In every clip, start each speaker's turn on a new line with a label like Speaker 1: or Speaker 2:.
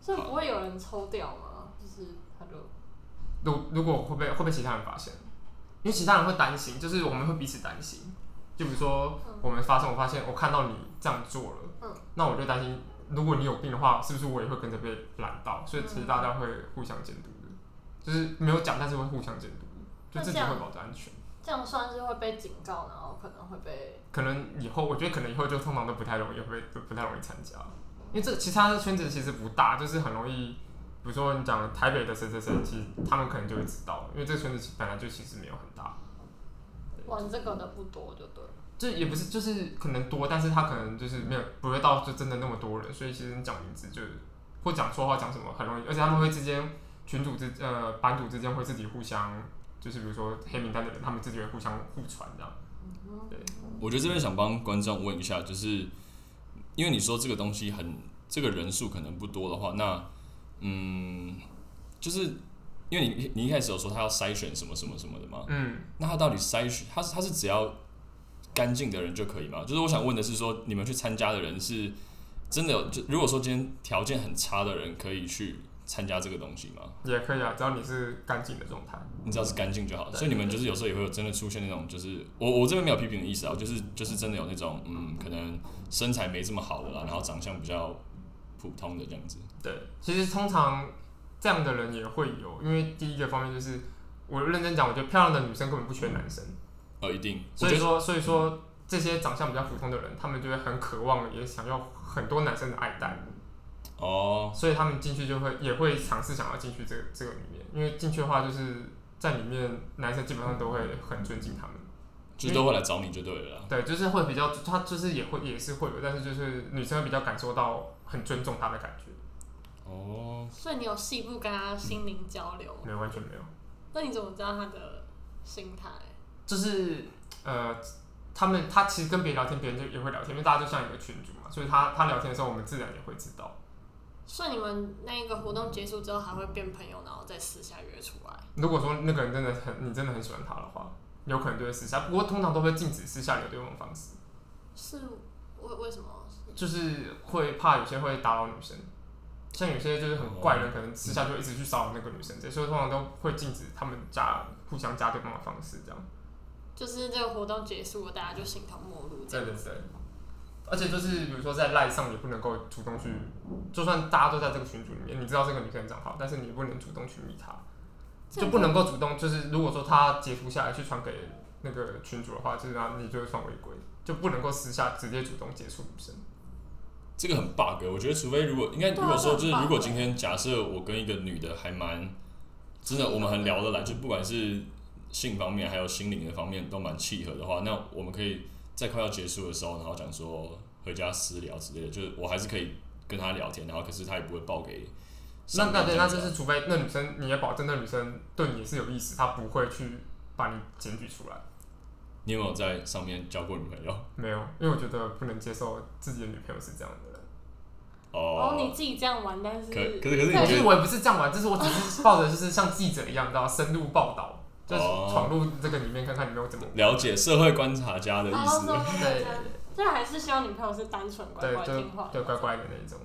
Speaker 1: 所以不会有人抽掉吗？就是他就
Speaker 2: 如如果会被会被其他人发现，因为其他人会担心，就是我们会彼此担心。就比如说
Speaker 1: 嗯
Speaker 2: 我们发生，我发现我看到你这样做了，
Speaker 1: 嗯
Speaker 2: 那我就担心，如果你有病的话，是不是我也会跟着被染到？所以其实大家会互相监督的，就是没有讲，但是会互相监督，就自己
Speaker 1: 那这
Speaker 2: 会
Speaker 1: 样
Speaker 2: 保证安全。
Speaker 1: 这样算是会被警告，然后可能会被
Speaker 2: 可能以后，我觉得可能以后就通常都不太容易会不不太容易参加，因为这其他的圈子其实不大，就是很容易，比如说你讲台北的谁谁谁，其实他们可能就会知道，因为这个圈子本来就其实没有很大，
Speaker 1: 玩这个的不多，就对了。
Speaker 2: 这也不是就是可能多，但是他可能就是没有不会到就真的那么多人，所以其实你讲名字就或讲错话讲什么很容易，而且他们会之间群主之呃版主之间会自己互相，就是比如说黑名单的人，他们自己会互相互传这样。
Speaker 3: 我觉得这边想帮观众问一下，就是因为你说这个东西很，这个人数可能不多的话，那嗯，就是因为你你一开始有说他要筛选什么什么什么的嘛，
Speaker 2: 嗯，
Speaker 3: 那他到底筛选他是他是只要干净的人就可以吗？就是我想问的是说，你们去参加的人是真的有，就如果说今天条件很差的人可以去参加这个东西吗？
Speaker 2: 也可以啊，只要你是干净的状态。
Speaker 3: 你只要是干净就好。
Speaker 2: 对
Speaker 3: 所以你们就是有时候也会有真的出现那种，就是我我这边没有批评的意思啊，就是就是真的有那种嗯，可能身材没这么好的啦，然后长相比较普通的这样子。
Speaker 2: 对，其实通常这样的人也会有，因为第一个方面就是我认真讲，我觉得漂亮的女生根本不缺男生，
Speaker 3: 呃，一定，我
Speaker 2: 所以
Speaker 3: 觉得
Speaker 2: 说所以说这些长相比较普通的人，他们就会很渴望，也想要很多男生的爱戴，
Speaker 3: 哦，
Speaker 2: 所以他们进去就会也会尝试想要进去这个这个里面，因为进去的话就是在里面男生基本上都会很尊敬他们，
Speaker 3: 就是都会来找你就对了啦。
Speaker 2: 对，就是会比较他就是也会也是会有，但是就是女生会比较感受到很尊重他的感觉，
Speaker 3: 哦，
Speaker 1: 所以你有细部跟他心灵交流，
Speaker 2: 没有完全没有。
Speaker 1: 那你怎么知道他的心态？
Speaker 2: 就是呃，他们他其实跟别人聊天，别人就也会聊天，因为大家就像一个群主嘛，所以他他聊天的时候，我们自然也会知道。
Speaker 1: 所以你们那个活动结束之后还会变朋友，然后再私下约出来。
Speaker 2: 如果说那个人真的很你真的很喜欢他的话，有可能就会私下，不过通常都会禁止私下留对方方式，
Speaker 1: 是为为什么？
Speaker 2: 就是会怕有些会打扰女生。像有些就是很怪人，可能私下就一直去骚扰那个女生，所以通常都会禁止他们加互相加对方的方式这样。
Speaker 1: 就是这个活动结束了，大家就形同陌路这
Speaker 2: 对
Speaker 1: 样
Speaker 2: 对对，而且就是比如说在赖上也不能够主动去，就算大家都在这个群组里面，你知道这个女生长好，但是你不能主动去密她，
Speaker 1: 这
Speaker 2: 就
Speaker 1: 样
Speaker 2: 不能够主动就是如果说她截图下来去传给那个群主的话，就是那你就会算违规，就不能够私下直接主动接触女生。
Speaker 3: 这个很 bug，我觉得除非如果应该
Speaker 1: 对啊
Speaker 3: 如果说就是
Speaker 1: 这很 bug
Speaker 3: 如果今天假设我跟一个女的还蛮真的我们很聊得来，就不管是性方面还有心灵的方面都蛮契合的话，那我们可以在快要结束的时候，然后讲说回家私聊之类的，就是我还是可以跟她聊天，然后可是她也不会报给
Speaker 2: 那
Speaker 3: 上面
Speaker 2: 那对，
Speaker 3: 这
Speaker 2: 那
Speaker 3: 样子
Speaker 2: 就
Speaker 3: 啊
Speaker 2: 是除非那女生你也保证那女生对你也是有意思，她不会去把你检举出来。
Speaker 3: 你有没有在上面交过女朋友？
Speaker 2: 没有，因为我觉得不能接受自己的女朋友是这样的人。
Speaker 1: 哦，你自己这样玩，但是
Speaker 3: 可可是可是你
Speaker 2: 但
Speaker 3: 觉
Speaker 2: 是
Speaker 3: 得
Speaker 2: 我也不是这样玩，就是我只是抱着就是像记者一样，你知道，深入报道，就是
Speaker 3: 哦
Speaker 2: 闯入这个里面看看你们有 怎么。
Speaker 3: 了解社会观察家的意
Speaker 1: 然后
Speaker 3: 思
Speaker 1: 说，
Speaker 2: 对，
Speaker 1: 哦这还是希望女朋友是单纯乖
Speaker 2: 对，
Speaker 1: 乖听
Speaker 2: 就
Speaker 1: 话。
Speaker 2: 对乖乖的那一种。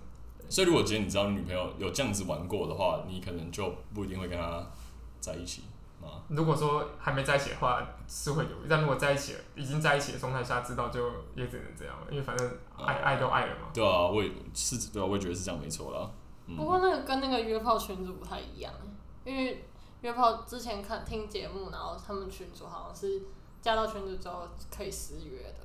Speaker 3: 所以如果今天你知道你女朋友有这样子玩过的话，你可能就不一定会跟她在一起嘛。
Speaker 2: 如果说还没在一起的话，是会犹豫；但如果在一起了，已经在一起的状态下，知道就也只能这样了，因为反正爱、
Speaker 3: 哦
Speaker 2: 爱都爱了嘛。
Speaker 3: 对啊，我也是，对啊，我也觉得是这样，没错啦。嗯
Speaker 2: 嗯
Speaker 1: 不过那个跟那个约炮群主不太一样，因为约炮之前看听节目，然后他们群主好像是加到群主之后可以私约的。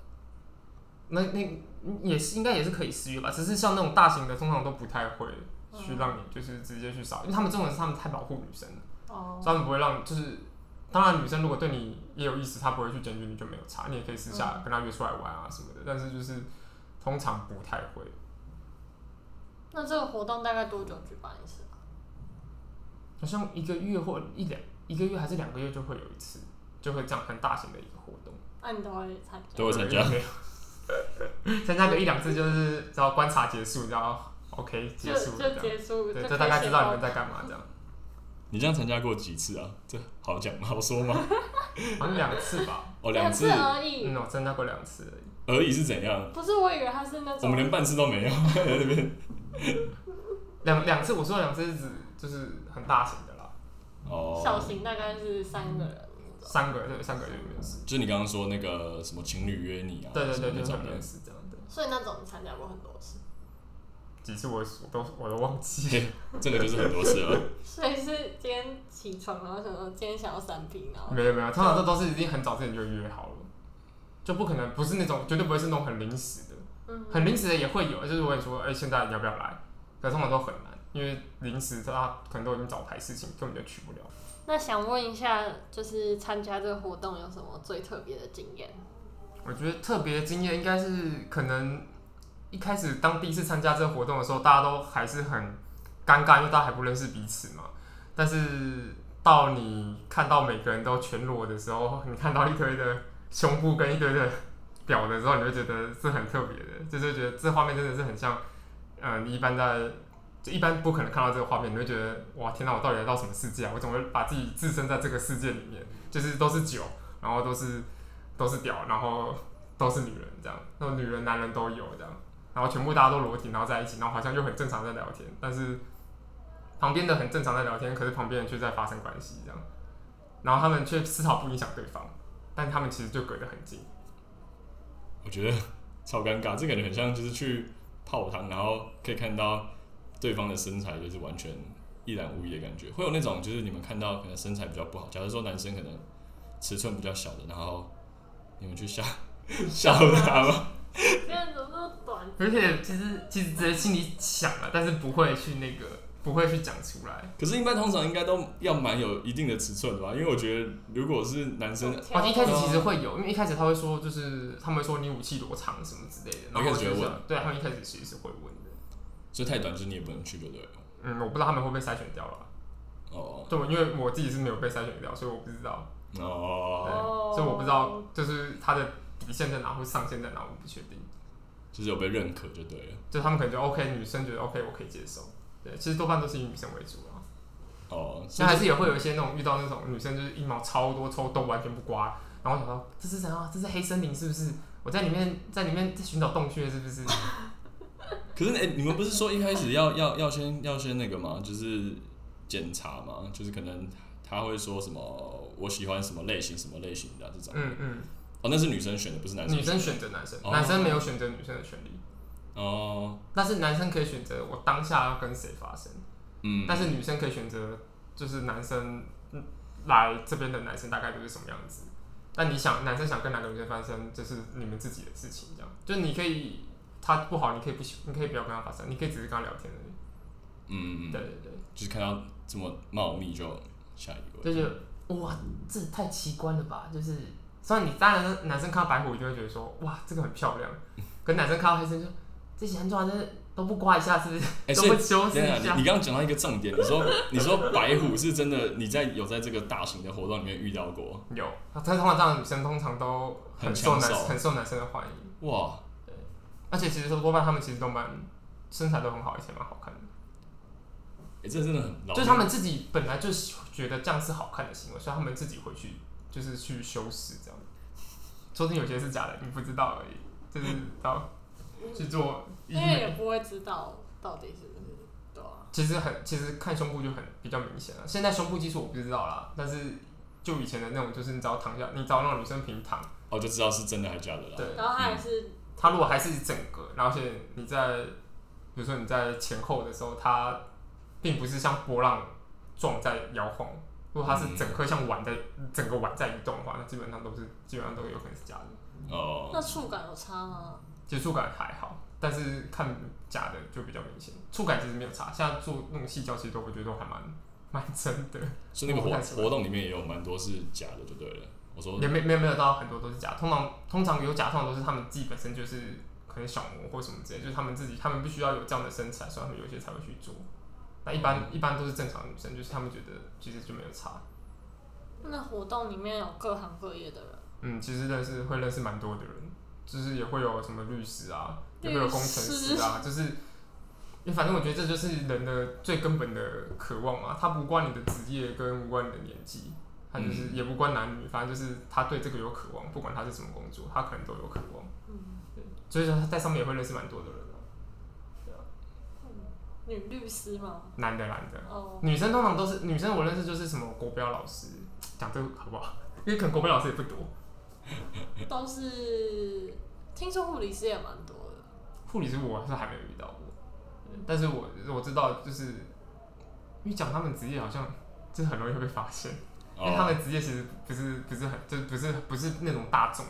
Speaker 2: 那那也是应该也是可以私约吧，只是像那种大型的，通常都不太会
Speaker 1: 嗯
Speaker 2: 去让你就是直接去扫，因为他们这种人是他们太保护女生了，
Speaker 1: 哦
Speaker 2: 所以他们不会让就是。当然，女生如果对你也有意思，她不会去检举你就没有差，你也可以私下
Speaker 1: 嗯
Speaker 2: 跟她约出来玩啊什么的。但是就是通常不太会，
Speaker 1: 那这个活动大概多久举办一次啊？
Speaker 2: 好像一个月或一两一个月还是两个月就会有一次，就会这样很大型的一个活动。
Speaker 1: 那啊你都会参加？
Speaker 3: 都会参加
Speaker 2: 对， 参加个一两次就是只要观察结束，然后 OK 结
Speaker 1: 就
Speaker 2: 束
Speaker 1: 就
Speaker 2: 了这样，
Speaker 1: 结束，
Speaker 2: 对，
Speaker 1: 就
Speaker 2: 就大概知道你们
Speaker 1: 开
Speaker 2: 在
Speaker 1: 始
Speaker 2: 干嘛这样。
Speaker 3: 你这样参加过几次啊？这好讲好 说吗？
Speaker 2: 好像两次吧，
Speaker 3: 哦，
Speaker 1: 两啊
Speaker 3: 次
Speaker 1: 而已。
Speaker 2: 嗯，我参加过两次而已。
Speaker 3: 而已是怎样？
Speaker 1: 不是，我以为他是那
Speaker 3: 我们
Speaker 1: 种
Speaker 3: 连半次都没有，在那边
Speaker 2: 两两次，我说的两次是指就是很大型的啦，
Speaker 1: 小
Speaker 3: 哦，
Speaker 1: 型大概是三个人，
Speaker 2: 三个对三个人有面试，
Speaker 3: 就是你刚刚说那个什么情侣约你啊，
Speaker 2: 对对对，
Speaker 3: 什么
Speaker 2: 就
Speaker 3: 那
Speaker 2: 是
Speaker 3: 种
Speaker 2: 很面
Speaker 3: 的，
Speaker 2: 试这样的。
Speaker 1: 所以那种你参加过很多次，
Speaker 2: 几次我我都我都忘记了，
Speaker 3: 这个就是很多次了。
Speaker 1: 所以是今天起床，然后想说今天想要三 P，然后
Speaker 2: 没有没有，通常这都是已经很早之前就约好了，就不可能不是那种绝对不会是那种很临时的，
Speaker 1: 嗯，
Speaker 2: 很临时的也会有，就是我跟你说，哎、现在你要不要来？可是通常都很难，因为临时他可能都已经找排事情，根本就去不了。
Speaker 1: 那想问一下，就是参加这个活动有什么最特别的经验？
Speaker 2: 哦我觉得特别的经验应该是可能一开始当第一次参加这个活动的时候，大家都还是很尴尬，因为大家还不认识彼此嘛。但是到你看到每个人都全裸的时候，你看到一堆的胸部跟一堆的表的时候，你会觉得是很特别的，就是觉得这画面真的是很像，嗯、你一般在。就一般不可能看到这个画面，你会觉得哇天哪，我到底来到什么世界啊？我怎么会把自己置身在这个世界里面？就是都是酒，然后都是都是屌，然后都是女人这样，那种女人男人都有这样，然后全部大家都裸体，然后在一起，然后好像又很正常在聊天，但是旁边的很正常在聊天，可是旁边人却在发生关系这样，然后他们却丝毫不影响对方，但他们其实就隔得很近，
Speaker 3: 我觉得超尴尬，这感觉很像就是去泡汤，然后可以看到对方的身材就是完全一览无遗的感觉，会有那种就是你们看到可能身材比较不好，假如说男生可能尺寸比较小的，然后你们去笑 笑他吗？
Speaker 1: 今天怎么那么短？
Speaker 2: 而且其实其实直接心里想了，但是不会去那个不会去讲出来。
Speaker 3: 可是，一般通常应该都要蛮有一定的尺寸的吧？因为我觉得如果是男生，
Speaker 1: 挑
Speaker 2: 哦，一开始其实会有，因为一开始他会说，就是他们会说你武器多长什么之类的，然后
Speaker 3: 一开
Speaker 2: 我
Speaker 3: 始
Speaker 2: 就
Speaker 3: 会
Speaker 2: 想
Speaker 3: 问
Speaker 2: 对他们一开始其实是会问的。
Speaker 3: 就太短，就是你也不能去，对不对了？
Speaker 2: 嗯，我不知道他们会不会筛选掉了。
Speaker 3: 哦
Speaker 2: 对，因为我自己是没有被筛选掉，所以我不知道，对
Speaker 3: 哦，
Speaker 1: 哦
Speaker 2: 所以我不知道就是他的底线在哪或上限在哪，我不确定。
Speaker 3: 就是有被认可就对了。
Speaker 2: 就他们可能就 OK，女生觉得 OK，我可以接受。对，其实多半都是以女生为主啊。
Speaker 3: 哦，所
Speaker 2: 但
Speaker 3: 以
Speaker 2: 还是也会有一些那种遇到那种女生就是一毛超多抽都完全不刮，然后想到这是什么？这是黑森林是不是？我在里面在里面寻找洞穴是不是？
Speaker 3: 可是哎、你们不是说一开始要要要先要先那个吗？就是检查吗？就是可能他会说什么我喜欢什么类型什么类型的、啊、这种。
Speaker 2: 嗯嗯，
Speaker 3: 哦，那是女生选的，不是男生
Speaker 2: 女生选择男生，
Speaker 3: 哦
Speaker 2: 男生没有选择女生的权利，
Speaker 3: 哦，
Speaker 2: 但是男生可以选择我当下要跟谁发生。
Speaker 3: 嗯，
Speaker 2: 但是女生可以选择，就是男生嗯来这边的男生大概就是什么样子。但你想，男生想跟哪个女生发生，就是你们自己的事情，这样。就你可以，他不好，你可以不喜，你可以不要跟他发生，你可以只是跟他聊天而已。
Speaker 3: 嗯，嗯
Speaker 2: 对
Speaker 3: 嗯
Speaker 2: 对对，
Speaker 3: 就是看到这么茂密就下一
Speaker 2: 就
Speaker 3: 位。
Speaker 2: 觉得哇，这也太奇观了吧！就是虽然你当然男生看到白虎一定会觉得说哇，这个很漂亮，可男生看到黑生就这些很重要，但是都不刮一下，是不是？
Speaker 3: 哎、
Speaker 2: 都
Speaker 3: 所以
Speaker 2: 不修饰
Speaker 3: 对啊，
Speaker 2: 一
Speaker 3: 你
Speaker 2: 下
Speaker 3: 你。刚刚讲到一个重点，你说 你说白虎是真的，你在有在这个大型的活动里面遇到过，
Speaker 2: 有，但是通常这样的女生通常都很
Speaker 3: 很
Speaker 2: 受
Speaker 3: 抢
Speaker 2: 男
Speaker 3: 手
Speaker 2: 很受男生的欢迎。
Speaker 3: 哇，
Speaker 2: 而且其实多半他们其实都蛮身材都很好，而且蛮好看的，
Speaker 3: 哎、这真的很老，
Speaker 2: 就是他们自己本来就喜觉得这样是好看的行为，所以他们自己会去就是去修饰这样。说不定有些是假的，你不知道而已，就是到去做医
Speaker 1: 因为也
Speaker 2: 美，
Speaker 1: 不会知道到底是不是对啊，
Speaker 2: 其实很其实看胸部就很比较明显了。现在胸部技术我不知道啦，但是就以前的那种，就是你只要躺下，你只要让女生平躺，
Speaker 3: 哦就知道是真的还是假的啦。
Speaker 2: 对，嗯
Speaker 1: 然后他也是
Speaker 2: 它如果还是整个，然后而且你在，比如说你在前后的时候，它并不是像波浪状在摇晃，如果它是整颗像碗在、整个碗在移动的话，那基本上都是基本上都有可能是假的，
Speaker 3: 哦，
Speaker 1: 那触感有差吗？
Speaker 2: 接触感还好，但是看假的就比较明显，触感其实没有差。现在做那种细胶，其实都我觉得都还蛮蛮真的，
Speaker 3: 所以那
Speaker 2: 我
Speaker 3: 个活
Speaker 2: 不太喜欢
Speaker 3: 活动里面也有蛮多是假的，就对了。我说
Speaker 2: 也没没有没有到很多都是假，通常通常有假，通常都是他们自己本身就是可能小模或什么之类，就是他们自己他们必须要有这样的身材，所以他们有些才会去做。那一般、一般都是正常的女生，就是他们觉得其实就没有差。
Speaker 1: 那活动里面有各行各业的人，
Speaker 2: 嗯，其实认识会认识蛮多的人，就是也会有什么律师啊，也会有
Speaker 1: 律
Speaker 2: 工程师啊，就是，因为反正我觉得这就是人的最根本的渴望嘛，它不关你的职业跟无关你的年纪，它就是、也不关男女，反正就是他对这个有渴望，不管他是什么工作，他可能都有渴望，
Speaker 1: 嗯，
Speaker 2: 哦所以说他在上面也会认识蛮多的人啊、对啊
Speaker 1: 女律师吗？
Speaker 2: 男的男的，
Speaker 1: 哦，
Speaker 2: 女生通常都是女生，我认识就是什么国标老师，讲这个好不好？因为可能国标老师也不多，
Speaker 1: 都是听说护理师也蛮多的。
Speaker 2: 护理师我是还没有遇到过，但是我我知道就是，因为讲他们职业好像就是很容易会被发现，因为他
Speaker 3: 哦，
Speaker 2: 们职业其实不是不是很就是不是不是那种大众，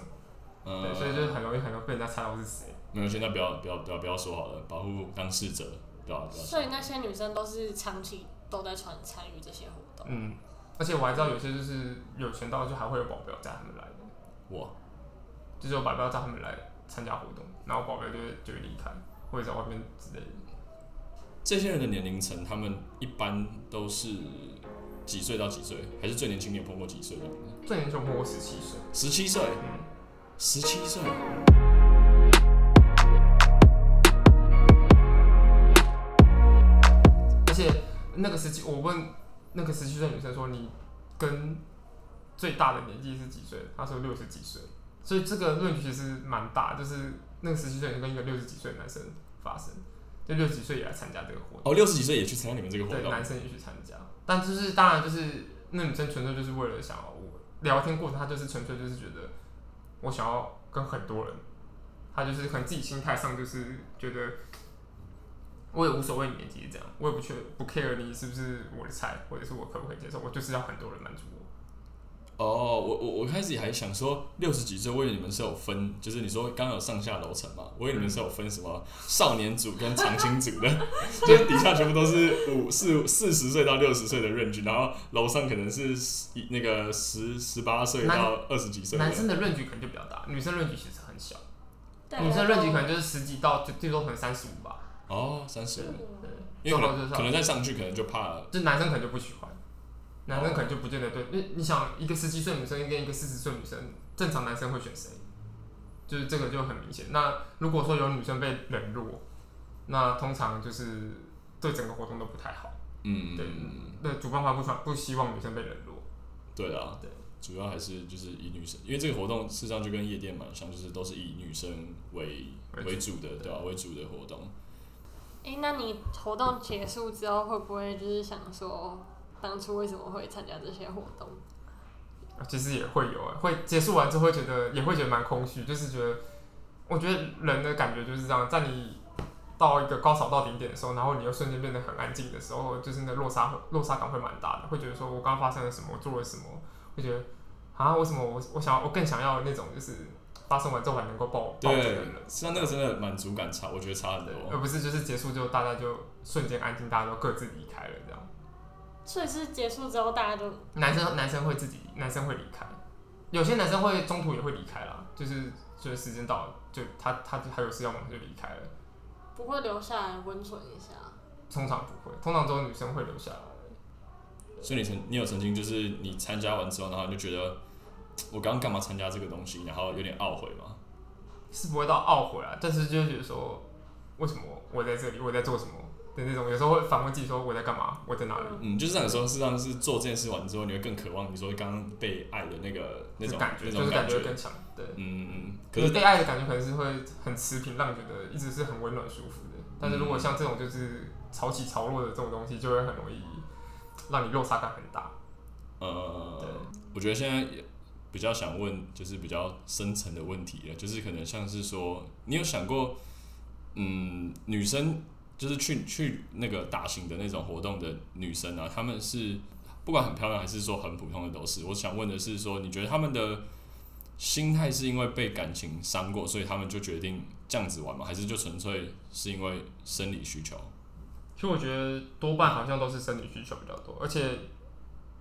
Speaker 2: 对，
Speaker 3: 嗯，
Speaker 2: 所以就是很容易很容易被人家猜到是谁。
Speaker 3: 没有，现在不要不要不要不要说好了，保护当事者，不要不要说。
Speaker 1: 所以那些女生都是长期都在参参与这些活动。
Speaker 2: 嗯，而且我还知道有些就是有钱到就还会有保镖带他们来的，
Speaker 3: 哇，
Speaker 2: 就是有保镖带他们来参加活动，然后保镖就会就会离开，或者在外面之类的。
Speaker 3: 这些人的年龄层，他们一般都是几岁到几岁？还是最年轻你有碰过几岁的？
Speaker 2: 最年轻我碰过十七岁，
Speaker 3: 十七岁，
Speaker 2: 嗯。
Speaker 3: 十七岁。
Speaker 2: 而且那个时期，我问那个十七岁女生说：“你跟最大的年纪是几岁？”她说六十几岁，所以这个论据其实蛮大，就是那个十七岁女生跟一个六十几岁的男生发生，就六十几岁也来参加这个活动，
Speaker 3: 哦，六十几岁也去参加你们这个活
Speaker 2: 对，
Speaker 3: 动，
Speaker 2: 男生也去参加，但就是当然就是嗯那女生纯粹就是为了想要我聊天过程，她就是纯粹就是觉得我想要跟很多人，她就是可能自己心态上就是觉得我也无所谓你年纪是这样，我也不确不 care 你是不是我的菜，或者是我可不可以接受，我就是要很多人满足我。
Speaker 3: 哦，我我我开始还想说六十几岁，我以为你们是有分，就是你说刚刚有上下楼层嘛，我以为你们是有分什么少年组跟长青组的， 就是底下全部都是五四四十岁到六十岁的 range，然后楼上可能是一那个十十八岁到二十几岁的
Speaker 2: 男生的论据可能就比较大，女生论据其实很小，
Speaker 1: 大家
Speaker 2: 嗯女
Speaker 1: 都
Speaker 2: 生论据可能就是十几到最最多可能三十五吧，
Speaker 3: 哦，三
Speaker 1: 啊
Speaker 3: 十，
Speaker 2: 对，
Speaker 3: 因
Speaker 2: 最
Speaker 3: 为可
Speaker 2: 后就
Speaker 3: 能
Speaker 2: 是
Speaker 3: 可能再上去可能就怕
Speaker 2: 就男生可能就不喜欢，男生可能就不见得对。因为你想，一个十七岁女生跟一个四十岁女生，正常男生会选谁？就是这个就很明显。那如果说有女生被冷落，那通常就是对整个活动都不太好。
Speaker 3: 嗯
Speaker 2: 对那主办方不想不希望女生被冷落。
Speaker 3: 对啊，
Speaker 2: 对，
Speaker 3: 主要还是就是以女生，因为这个活动事实上就跟夜店蛮像，就是都是以女生为
Speaker 2: 为主
Speaker 3: 为主的，对吧、为主的活动。
Speaker 1: 哎、那你活动结束之后，会不会就是想说，当初为什么会参加这些活动？
Speaker 2: 啊其实也会有啊，会结束完之后会觉得也会觉得蛮空虚，就是觉得，我觉得人的感觉就是这样，在你到一个高潮到顶点的时候，然后你又瞬间变得很安静的时候，就是那落差落差感会蛮大的，会觉得说我刚刚发生了什么，我做了什么，会觉得啊，为什么我我想要我更想要那种就是发生完之后还能够抱抱
Speaker 3: 对，
Speaker 2: 着
Speaker 3: 实
Speaker 2: 的人，
Speaker 3: 际上那个真的满足感差，我觉得差很
Speaker 2: 对
Speaker 3: 多。
Speaker 2: 而不是就是结束就大家就瞬间安静，大家都各自离开了这样。
Speaker 1: 所以是结束之后，大家就
Speaker 2: 男生男生会自己，男生会离开，有些男生会中途也会离开啦，就是就是时间到了，就他他他有事要忙就离开了，
Speaker 1: 不会留下来温存一下。
Speaker 2: 通常不会，通常都是女生会留下来。
Speaker 3: 所以你曾你有曾经就是你参加完之后，然后你就觉得我刚刚干嘛参加这个东西，然后有点懊悔嘛？
Speaker 2: 是不会到懊悔啊，但是就会觉得说，为什么我在这里，我在做什么的那种，有时候会反问自己说我在干嘛，我在哪里，
Speaker 3: 嗯，就是那个时候，事实上是做这件事完之后，你会更渴望你说刚刚被爱的那个那
Speaker 2: 就
Speaker 3: 种
Speaker 2: 感觉
Speaker 3: 那
Speaker 2: 就是
Speaker 3: 种
Speaker 2: 感
Speaker 3: 感
Speaker 2: 觉
Speaker 3: 觉。
Speaker 2: 更强，对。
Speaker 3: 嗯，可
Speaker 2: 可是
Speaker 3: 是
Speaker 2: 被爱的感觉可能是会很持平，让你觉得一直是很温暖舒服的。但是如
Speaker 3: 嗯
Speaker 2: 果像这种就是潮起潮落的这种东西，就会很容易让你落差感很大。
Speaker 3: 呃
Speaker 2: 对，
Speaker 3: 我觉得现在也比较想问，就是比较深层的问题了，就是可能像是说，你有想过，嗯，女生就是去去那个大型的那种活动的女生啊，她们是不管很漂亮还是说很普通的都是。我想问的是说，你觉得她们的心态是因为被感情伤过，所以她们就决定这样子玩吗？还是就纯粹是因为生理需求？
Speaker 2: 其实我觉得多半好像都是生理需求比较多，而且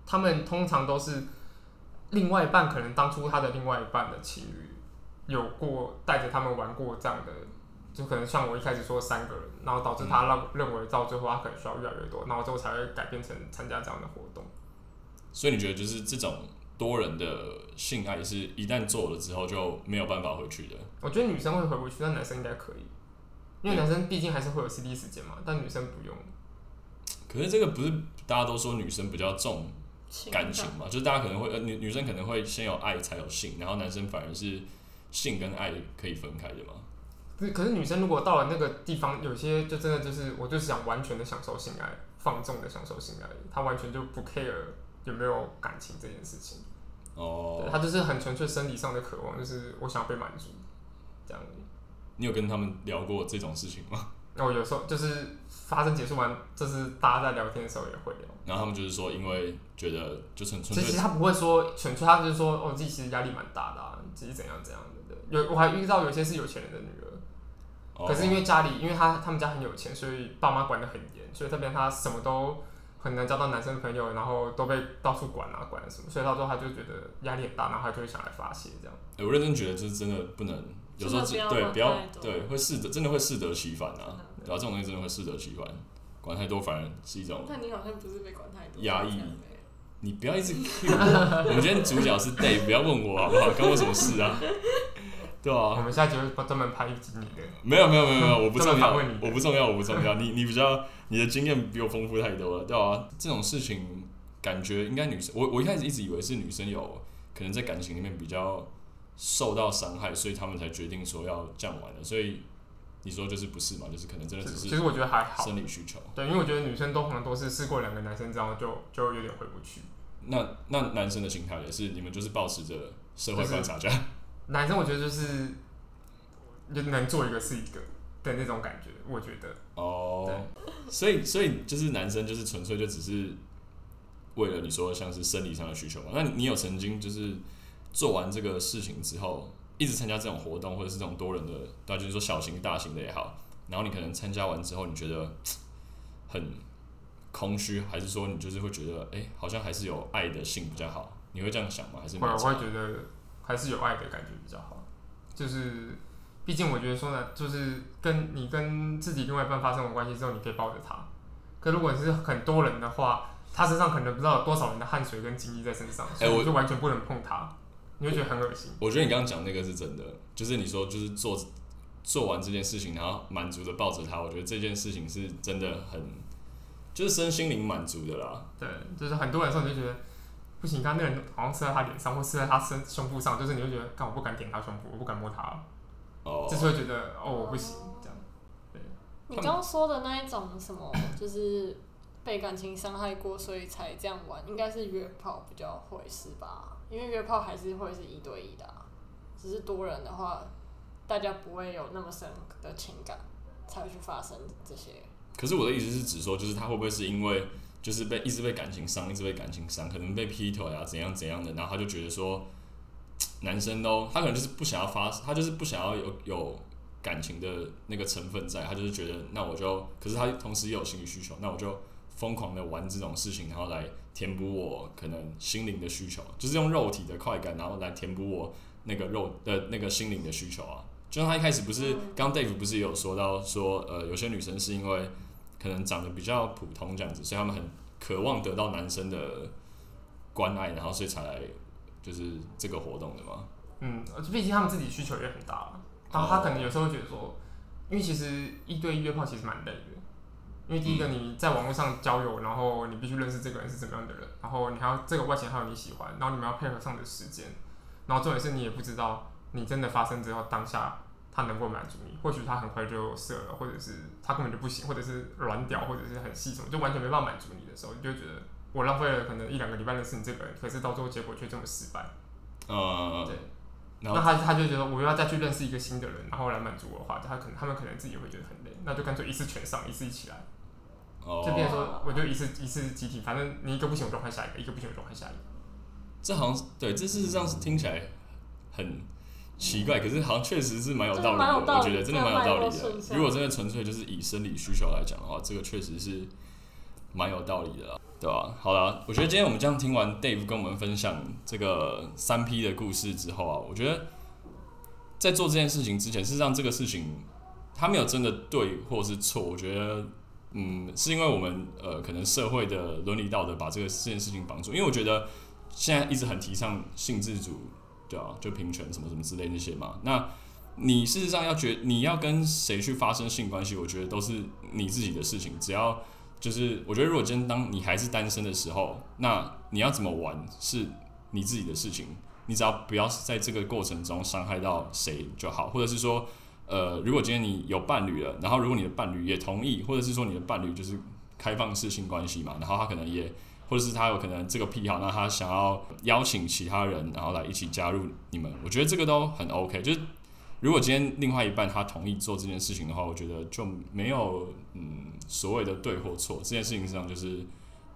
Speaker 2: 他们通常都是另外一半，可能当初他的另外一半的情侣有过带着他们玩过这样的，就可能像我一开始说三个人，然后导致他让认为到最后他可能需要越来越多，然后最后才会改变成参加这样的活动。
Speaker 3: 所以你觉得就是这种多人的性爱是一旦做了之后就没有办法回去的？
Speaker 2: 我觉得女生会回不去，但男生应该可以，因为男生毕竟还是会有 CD 时间嘛，但女生不用。
Speaker 3: 可是这个不是大家都说女生比较重
Speaker 1: 情
Speaker 3: 感
Speaker 1: 感
Speaker 3: 情嘛？就是大家可能会呃女女生可能会先有爱才有性，然后男生反而是性跟爱可以分开的嘛？
Speaker 2: 可可是女生如果到了那个地方，有些就真的就是，我就是想完全的享受性爱，放纵的享受性爱，她完全就不 care 有没有感情这件事情，对
Speaker 3: 哦，
Speaker 2: 她就是很纯粹生理上的渴望，就是我想要被满足，这样。
Speaker 3: 你有跟他们聊过这种事情吗？
Speaker 2: 然后有时候就是发生结束完，就是大家在聊天的时候也会聊。
Speaker 3: 然后他们就是说，因为觉得就纯纯
Speaker 2: 所以其实
Speaker 3: 粹
Speaker 2: 他不会说纯粹，他就是说哦自己其实压力蛮大的、啊，自己怎样怎样的。有我还遇到有些是有钱人的女儿，
Speaker 3: 哦
Speaker 2: 可是因为家里因为他他们家很有钱，所以爸妈管得很严，所以这边他什么都很难交到男生朋友，然后都被到处管啊管什么，所以到最后他就觉得压力很大，然后他就会想来发泄这样。
Speaker 3: 欸我认真觉得，就是真的不能，有时候只
Speaker 1: 真的不要
Speaker 3: 对
Speaker 1: 管
Speaker 3: 不要
Speaker 1: 太多
Speaker 3: 对会适得真的会适得其反啊，对吧、这种东西真的会适得其反，管太多反而是一种。
Speaker 1: 但你好像不是被管太多，
Speaker 3: 压抑
Speaker 1: 这样子
Speaker 3: 你不要一直 Q 我，我们今天主角是 Dave，不要问我好不好？关我什么事啊？对
Speaker 2: 我
Speaker 3: 啊，
Speaker 2: 们下一集会专门拍一集你的，
Speaker 3: 没有没有没有没有，我不重要，
Speaker 2: 专门访问你
Speaker 3: 我不重要，我不重要。你你比较你的经验比我丰富太多了，对啊，这种事情感觉应该女生，我我一开始一直以为是女生有可能在感情里面比较受到伤害，所以他们才决定说要这样玩的。所以你说就是不是嘛？就是可能真的只
Speaker 2: 其
Speaker 3: 是
Speaker 2: 实我觉得还好，
Speaker 3: 生理需求。
Speaker 2: 对，因为我觉得女生都很多是试过两个男生之后就就有点回不去。
Speaker 3: 那那男生的心态也是，你们就是保持着社会观察家，
Speaker 2: 男生我觉得就是就能做一个是一个的那种感觉，我觉得。
Speaker 3: 哦，所以所以就是男生就是纯粹就只是为了你说像是生理上的需求嘛。那你你有曾经就是做完这个事情之后，一直参加这种活动或者是这种多人的，那就是说小型大型的也好，然后你可能参加完之后，你觉得嗯很空虚，还是说你就是会觉得哎、诶好像还是有爱的性比较好？你会这样想吗？还是没
Speaker 2: 会，啊
Speaker 3: 有
Speaker 2: 我
Speaker 3: 差？
Speaker 2: 会觉得还是有爱的感觉比较好。就是，毕竟我觉得说呢，就是跟你跟自己另外一半发生完关系之后，你可以抱着他。可如果你是很多人的话，他身上可能不知道有多少人的汗水跟精力在身上，所以
Speaker 3: 哎我
Speaker 2: 你就完全不能碰他，你会觉得很恶心。
Speaker 3: 我觉得你刚刚讲那个是真的，就是你说就是做做完这件事情，然后满足的抱着他，我觉得这件事情是真的很，就是身心灵满足的啦。
Speaker 2: 对，就是很多人的时候你就觉得。不行，刚刚那个人好像刺在他脸上，或刺在他身胸部上，就是你会觉得，干我不敢舔他胸部，我不敢摸他了
Speaker 3: 哦
Speaker 2: 就是会觉得哦，我不行这样。
Speaker 1: 你刚刚说的那一种什么，就是被感情伤害过，所以才这样玩，应该是约炮比较会是吧？因为约炮还是会是一对一的啊、只是多人的话，大家不会有那么深的情感，才会去发生这些。
Speaker 3: 可是我的意思是指说，就是他会不会是因为就是被一直被感情伤，一直被感情伤，可能被劈腿啊怎样怎样的，然后他就觉得说，男生都他可能就是不想要发，他就是不想要有有感情的那个成分在，他就是觉得那我就，可是他同时也有心理需求，那我就疯狂的玩这种事情，然后来填补我可能心灵的需求，就是用肉体的快感，然后来填补我那个肉呃那个心灵的需求啊。就像他一开始不是，刚 Dave 不是也有说到说，呃，有些女生是因为可能长得比较普通这样子，所以他们很渴望得到男生的关爱，然后所以才来就是这个活动的嘛。
Speaker 2: 嗯，而且毕竟他们自己需求也很大了，然后他可能有时候会觉得说，因为其实一对一约炮其实蛮累的，因为第一个你在网络上交友，然后你必须认识这个人是怎么样的人，然后你还要这个外形还有你喜欢，然后你们要配合上你的时间，然后重点是你也不知道你真的发生之后当下他能够满足你，或许他很快就射了，或者是他根本就不行，或者是软屌，或者是很细什么，就完全没办法满足你的时候，你就会觉得我浪费了可能一两个礼拜认识你这个人，可是到最后结果却这么失败，
Speaker 3: 呃，
Speaker 2: 对。
Speaker 3: 然
Speaker 2: 那
Speaker 3: 后
Speaker 2: 他他就觉得我要再去认识一个新的人，然后来满足我的话，他可能他们可能自己会觉得很累，那就干脆一次全上，一次一起来，就变成
Speaker 3: 哦，
Speaker 2: 说我就一次一次集体，反正你一个不行我就换下一个，一个不行我就换下一个。
Speaker 3: 这好像是对，这事实上是听起来很奇怪，可是好像确实是蛮有
Speaker 1: 这
Speaker 3: 道理
Speaker 1: 蛮有
Speaker 3: 的。
Speaker 1: 道
Speaker 3: 我
Speaker 1: 理
Speaker 3: 觉得真的
Speaker 1: 这
Speaker 3: 蛮有
Speaker 1: 脉
Speaker 3: 道
Speaker 1: 络
Speaker 3: 理
Speaker 1: 顺
Speaker 3: 的。
Speaker 1: 向
Speaker 3: 如果真的纯粹就是以生理需求来讲的话，这个确实是蛮有道理的啦，对吧、好啦，我觉得今天我们这样听完 Dave 跟我们分享这个三 P 的故事之后啊，我觉得在做这件事情之前，事实上这个事情它没有真的对或是错，我觉得。嗯，是因为我们呃，可能社会的伦理道德把这个这件事情绑住，因为我觉得现在一直很提倡性自主，对啊，就平权什么什么之类那些嘛。那你事实上要觉，你要跟谁去发生性关系，我觉得都是你自己的事情。只要就是，我觉得如果今天当你还是单身的时候，那你要怎么玩是你自己的事情，你只要不要在这个过程中伤害到谁就好，或者是说，呃，如果今天你有伴侣了，然后如果你的伴侣也同意，或者是说你的伴侣就是开放式性关系嘛，然后他可能也，或者是他有可能这个癖好，那他想要邀请其他人，然后来一起加入你们，我觉得这个都很 OK。就是如果今天另外一半他同意做这件事情的话，我觉得就没有嗯所谓的对或错，这件事情上就是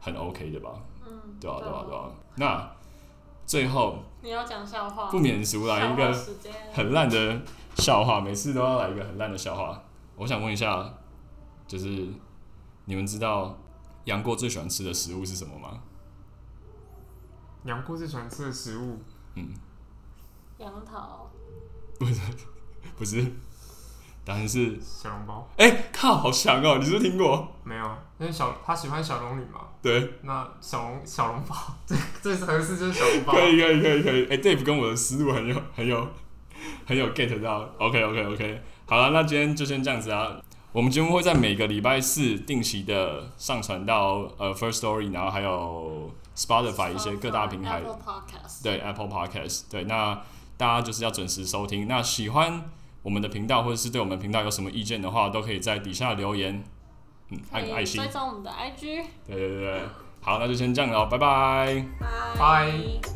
Speaker 3: 很 OK 的吧？
Speaker 1: 嗯，
Speaker 3: 对啊，对啊，对啊。那最后
Speaker 1: 你要讲笑话，
Speaker 3: 不免俗来一
Speaker 1: 笑话
Speaker 3: 个
Speaker 1: 时间，
Speaker 3: 很烂的笑话，每次都要来一个很烂的笑话。我想问一下，就是你们知道杨过最喜欢吃的食物是什么吗？
Speaker 2: 杨过最喜欢吃的食物，
Speaker 1: 杨桃，
Speaker 3: 不是，答案是，
Speaker 2: 小笼包
Speaker 3: 哎、靠，好强哦！你是不是听过？
Speaker 2: 没有，因为小他喜欢小龙女嘛。
Speaker 3: 对，
Speaker 2: 那小龙小笼包最最合适就是小笼包。
Speaker 3: 可以，可以，可以，可以。哎、d a v e 跟我的思路很有、很有、很有 get 到。OK，OK，OK、好了，那今天就先这样子啊。我们节目会在每个礼拜四定期的上传到呃 First Story，然后还有 Spotify 一些各大平台
Speaker 1: Apple Podcast，
Speaker 3: 对 Apple Podcast，对，那大家就是要准时收听。那喜欢我们的频道，或者是对我们频道有什么意见的话，都可以在底下留言，嗯，
Speaker 1: 可
Speaker 3: 按
Speaker 1: 以
Speaker 3: 个爱心
Speaker 1: 追，踪我们的 IG，
Speaker 3: 对对对对，好，那就先这样了，拜拜。
Speaker 1: 拜
Speaker 2: 拜